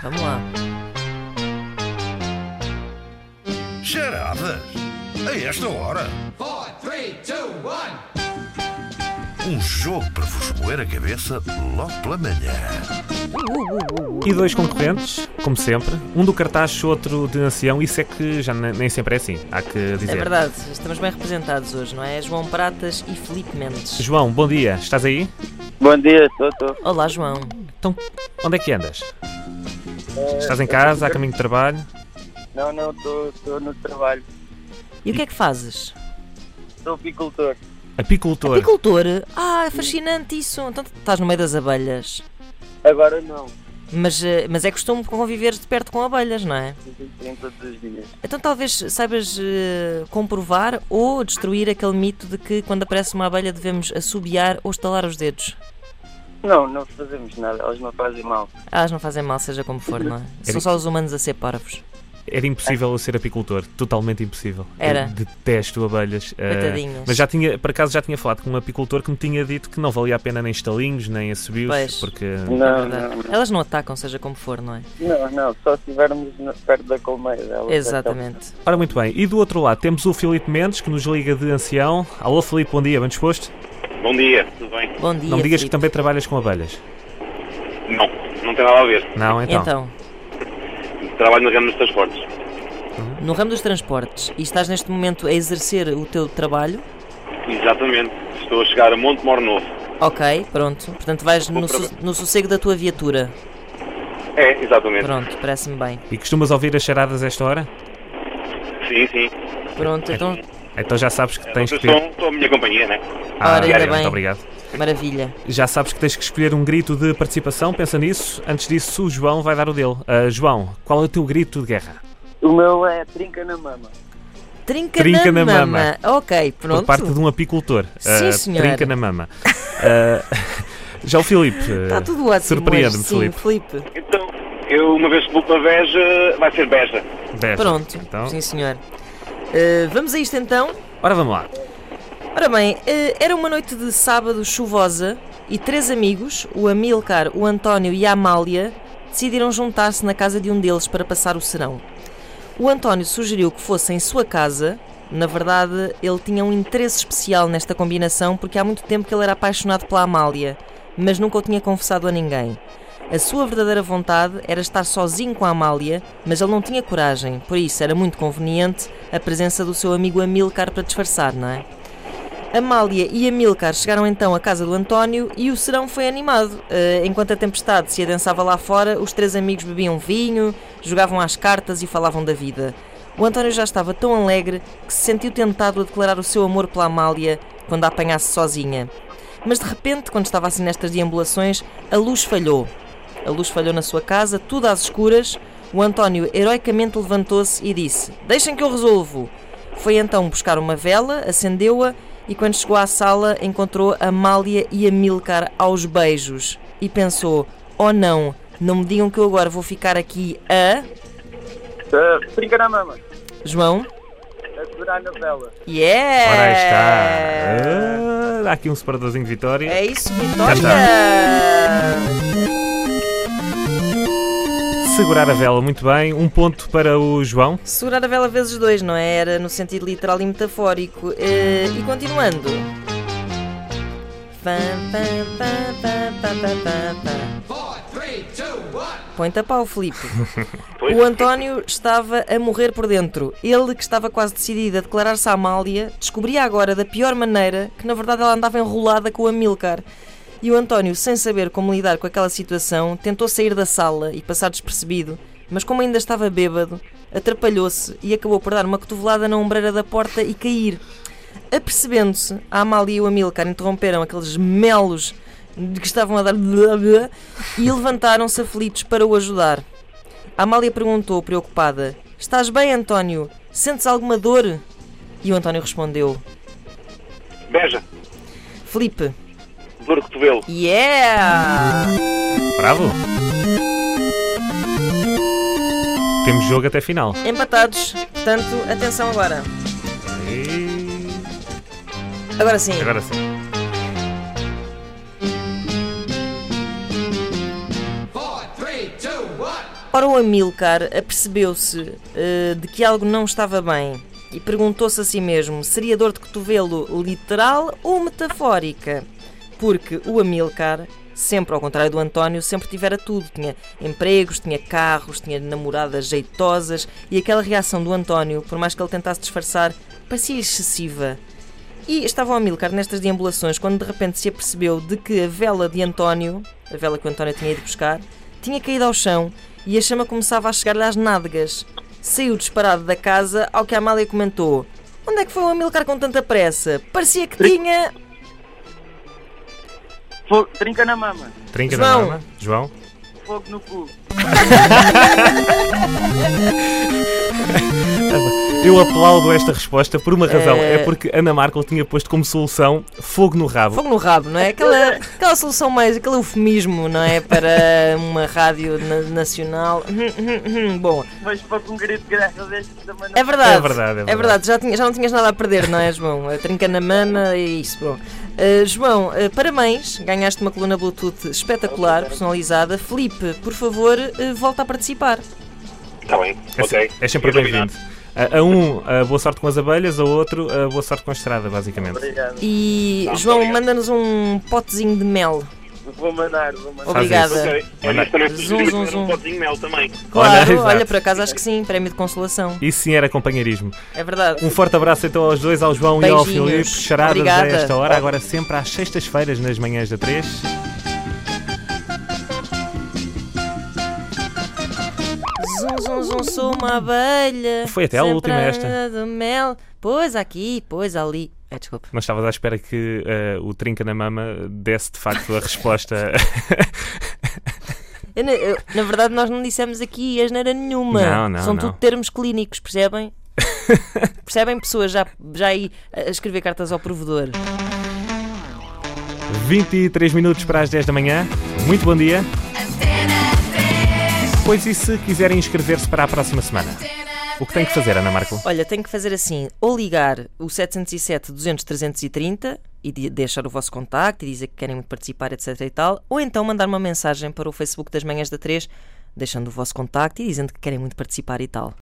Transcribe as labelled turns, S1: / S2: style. S1: Vamos lá.
S2: Geradas? A esta hora?
S3: four, three, two, one.
S2: Um jogo para vos moer a cabeça logo pela manhã.
S4: E dois concorrentes, como sempre. Um do cartaz, outro de ancião. Isso é que já ne- nem sempre é assim, há que dizer.
S1: É verdade, estamos bem representados hoje, não é? João Pratas e Filipe Mendes.
S4: João, bom dia. Estás aí?
S5: Bom dia, estou, estou.
S1: Olá, João.
S4: Então, onde é que andas? Estás em casa, a caminho de trabalho?
S5: Não, não, estou, estou no trabalho.
S1: E o que é que fazes?
S5: Sou apicultor.
S4: Apicultor.
S1: Apicultor? Ah, fascinante isso. Então estás no meio das abelhas.
S5: Agora não.
S1: Mas, eh, mas é costume conviver de perto com abelhas, não é?
S5: Em todos os dias.
S1: Então talvez saibas eh, comprovar ou destruir aquele mito de que quando aparece uma abelha devemos assobiar ou estalar os dedos.
S5: Não, não fazemos nada, elas não fazem mal.
S1: Ah, elas não fazem mal, seja como for, não é? São só os humanos a ser parvos. é
S4: Era impossível eu ser apicultor, totalmente impossível.
S1: Era.
S4: Eu detesto abelhas. eh,
S1: Coitadinhas.
S4: mas já tinha, por acaso, já tinha falado com um apicultor que me tinha dito que não valia a pena nem estalinhos, nem
S1: Pois.
S4: assobios, porque.
S5: Não, Ah,
S1: É
S5: não,
S1: Verdade. Elas não atacam, seja como for, não é?
S5: não, não, só se estivermos no- perto da colmeia delas.
S1: Exatamente.
S4: Ora, muito bem. E do outro lado temos o Filipe Mendes, que nos liga de ancião. Alô, Filipe, bom dia, bem disposto?
S6: Bom dia, tudo bem?
S1: Bom dia.
S4: Não me digas que
S1: Filipe.
S4: também trabalhas com abelhas.
S6: Não, não tem nada a ver.
S4: Não, então.
S1: Então,
S6: Trabalho no ramo dos transportes.
S1: no ramo dos transportes, e estás neste momento a exercer o teu trabalho,
S6: Exatamente. Estou a chegar a Monte Mor Novo.
S1: ok, pronto. Portanto, vais no,
S6: para
S1: su- no sossego da tua viatura.
S6: É, exatamente.
S1: Pronto, parece-me bem.
S4: E costumas ouvir as charadas a esta hora?
S6: Sim, sim.
S1: Pronto, então,
S4: Então já sabes que tens que
S6: Vocês
S4: ter.
S6: são, são a minha companhia, né?
S4: Ah,
S1: um Ora, ainda
S4: muito
S1: bem.
S4: obrigado.
S1: maravilha.
S4: Já sabes que tens que escolher um grito de participação, pensa nisso. Antes disso, o João vai dar o dele. Ah, João, qual é o teu grito de guerra?
S5: O meu é trinca na mama.
S1: Trinca,
S4: Trinca
S1: na,
S4: na
S1: mama. Ok, pronto.
S4: Por parte de um apicultor.
S1: Sim,
S4: Ah,
S1: senhora.
S4: Trinca na mama. Ah, já o Filipe. ah,
S1: Está Tá tudo ótimo.
S4: Surpreende-me,
S1: hoje. Sim,
S4: Filipe.
S1: Filipe.
S6: Então, eu uma vez que vou para Veja, vai ser Beja.
S4: Dez.
S1: Pronto,
S4: Então,
S1: sim senhor. Eh, vamos a isto então.
S4: ora vamos lá.
S1: Ora bem, eh, era uma noite de sábado chuvosa e três amigos, o Amilcar, o António e a Amália, decidiram juntar-se na casa de um deles para passar o serão. O António sugeriu que fosse em sua casa. Na verdade, ele tinha um interesse especial nesta combinação porque há muito tempo que ele era apaixonado pela Amália, mas nunca o tinha confessado a ninguém. A sua verdadeira vontade era estar sozinho com a Amália, mas ele não tinha coragem, por isso era muito conveniente a presença do seu amigo Amilcar para disfarçar, não é? Amália e Amilcar chegaram então à casa do António e o serão foi animado. Eh, enquanto a tempestade se adensava lá fora, os três amigos bebiam vinho, jogavam às cartas e falavam da vida. O António já estava tão alegre que se sentiu tentado a declarar o seu amor pela Amália quando a apanhasse sozinha. Mas de repente, quando estava assim nestas deambulações, a luz falhou. A luz falhou na sua casa, tudo às escuras. O António heroicamente levantou-se e disse: Deixem que eu resolvo. Foi então buscar uma vela, acendeu-a e, quando chegou à sala, encontrou Amália e Amilcar aos beijos e pensou: Oh não, não me digam que eu agora vou ficar aqui a.
S5: Ah, trinca na mama.
S1: João?
S5: A segurar na vela.
S1: Yeah!
S4: Ora aí está. Ah, Dá aqui um separadorzinho de vitória.
S1: É isso,
S4: Já
S1: Vitória!
S4: Segurar a vela, muito bem. Um ponto para o João.
S1: Segurar a vela vezes dois, não é? Era no sentido literal e metafórico. Eh, e continuando. Pam, pam, pam, pam, pam, pam, pam, pam.
S3: Four, three, two, one.
S1: Põe-te a pau, Filipe.
S6: Pois.
S1: O António estava a morrer por dentro. Ele, que estava quase decidido a declarar-se à Amália, descobria agora da pior maneira que na verdade ela andava enrolada com a Milcar. E o António, sem saber como lidar com aquela situação, tentou sair da sala e passar despercebido, mas como ainda estava bêbado, atrapalhou-se e acabou por dar uma cotovelada na ombreira da porta e cair. Apercebendo-se, a Amália e o Amilcar interromperam aqueles melos de que estavam a dar e levantaram-se aflitos para o ajudar. A Amália perguntou, preocupada: Estás bem, António? Sentes alguma dor? E o António respondeu:
S6: Beja,
S1: Felipe,
S6: dor de cotovelo.
S1: yeah!
S4: Bravo. Temos jogo até final.
S1: Empatados, portanto, atenção agora.
S4: E...
S1: Agora sim.
S4: Agora sim.
S3: Four, three, two, one.
S1: Ora, o Amilcar apercebeu-se eh, de que algo não estava bem e perguntou-se a si mesmo: seria dor de cotovelo literal ou metafórica? Porque o Amilcar, sempre ao contrário do António, sempre tivera tudo: tinha empregos, tinha carros, tinha namoradas jeitosas e aquela reação do António, por mais que ele tentasse disfarçar, parecia excessiva. E estava o Amilcar nestas deambulações quando de repente se apercebeu de que a vela de António, a vela que o António tinha ido buscar, tinha caído ao chão e a chama começava a chegar-lhe às nádegas. Saiu disparado da casa, ao que a Amália comentou: Onde é que foi o Amilcar com tanta pressa? Parecia que tinha.
S5: Fogo, trinca na mama.
S4: Trinca
S1: João.
S4: na mama. João.
S5: Fogo no cu.
S4: Eu aplaudo esta resposta por uma razão.
S1: É-
S4: É, porque Ana Markel tinha posto como solução fogo no rabo.
S1: Fogo no rabo, não é? Aquela, aquela solução mais, aquele eufemismo, não é? Para uma rádio na- nacional. Bom,
S5: Mas fogo com grito, graças a Deus, também não...
S1: É verdade.
S4: É verdade, é verdade.
S1: Já, tinha- já não tinhas nada a perder, não é, João? A trinca na mama e isso. Bom. Uh, João, uh, parabéns. Ganhaste uma coluna Bluetooth espetacular, personalizada. Felipe, por favor, uh, volta a participar.
S6: Está Tá bem,
S4: É, se-
S6: ok.
S4: é sempre
S6: Fica
S4: bem-vindo.
S6: combinado.
S4: A, a um, a boa sorte com as abelhas, a outro, a boa sorte com a estrada, basicamente.
S5: Obrigado.
S1: E,
S6: Tá,
S1: João,
S6: obrigado.
S1: manda-nos um potezinho de mel.
S5: Vou mandar, vou mandar.
S1: Obrigada.
S4: isso.
S6: Ok. Olha, isto também
S1: Zum,
S6: podemos
S1: zum,
S6: fazer
S1: zum.
S6: um potinho de mel também.
S4: Olha,
S1: Claro, olha,
S4: exato.
S1: por acaso acho que sim. Prémio de consolação.
S4: Isso sim era companheirismo.
S1: É verdade.
S4: Um forte abraço então aos dois, ao João e ao
S1: Beijinhos.
S4: Filipe. Charadas
S1: Obrigada.
S4: a esta hora, agora sempre às sextas-feiras, nas manhãs da 3.
S1: Zum, zum, zum, sou uma abelha.
S4: Foi até a
S1: sempre
S4: última esta.
S1: à de mel. Pois aqui, pois ali. É, desculpa.
S4: Não estavas à espera que eh, o Trinca na Mama desse de facto a resposta.
S1: Eu, na, eu- na verdade, nós não dissemos aqui asneira nenhuma.
S4: Não, não,
S1: São
S4: não.
S1: tudo termos clínicos, percebem? percebem pessoas já, já aí a escrever cartas ao provedor.
S4: 23 minutos para as 10 da manhã. Muito bom dia. Pois e se quiserem inscrever-se para a próxima semana? O que tem que fazer, Ana Marco?
S1: Olha, tenho que fazer assim: ou ligar o 707 200 330 e de- deixar o vosso contacto e dizer que querem muito participar, etc. e tal, ou então mandar uma mensagem para o Facebook das Manhãs da 3, deixando o vosso contacto e dizendo que querem muito participar e tal.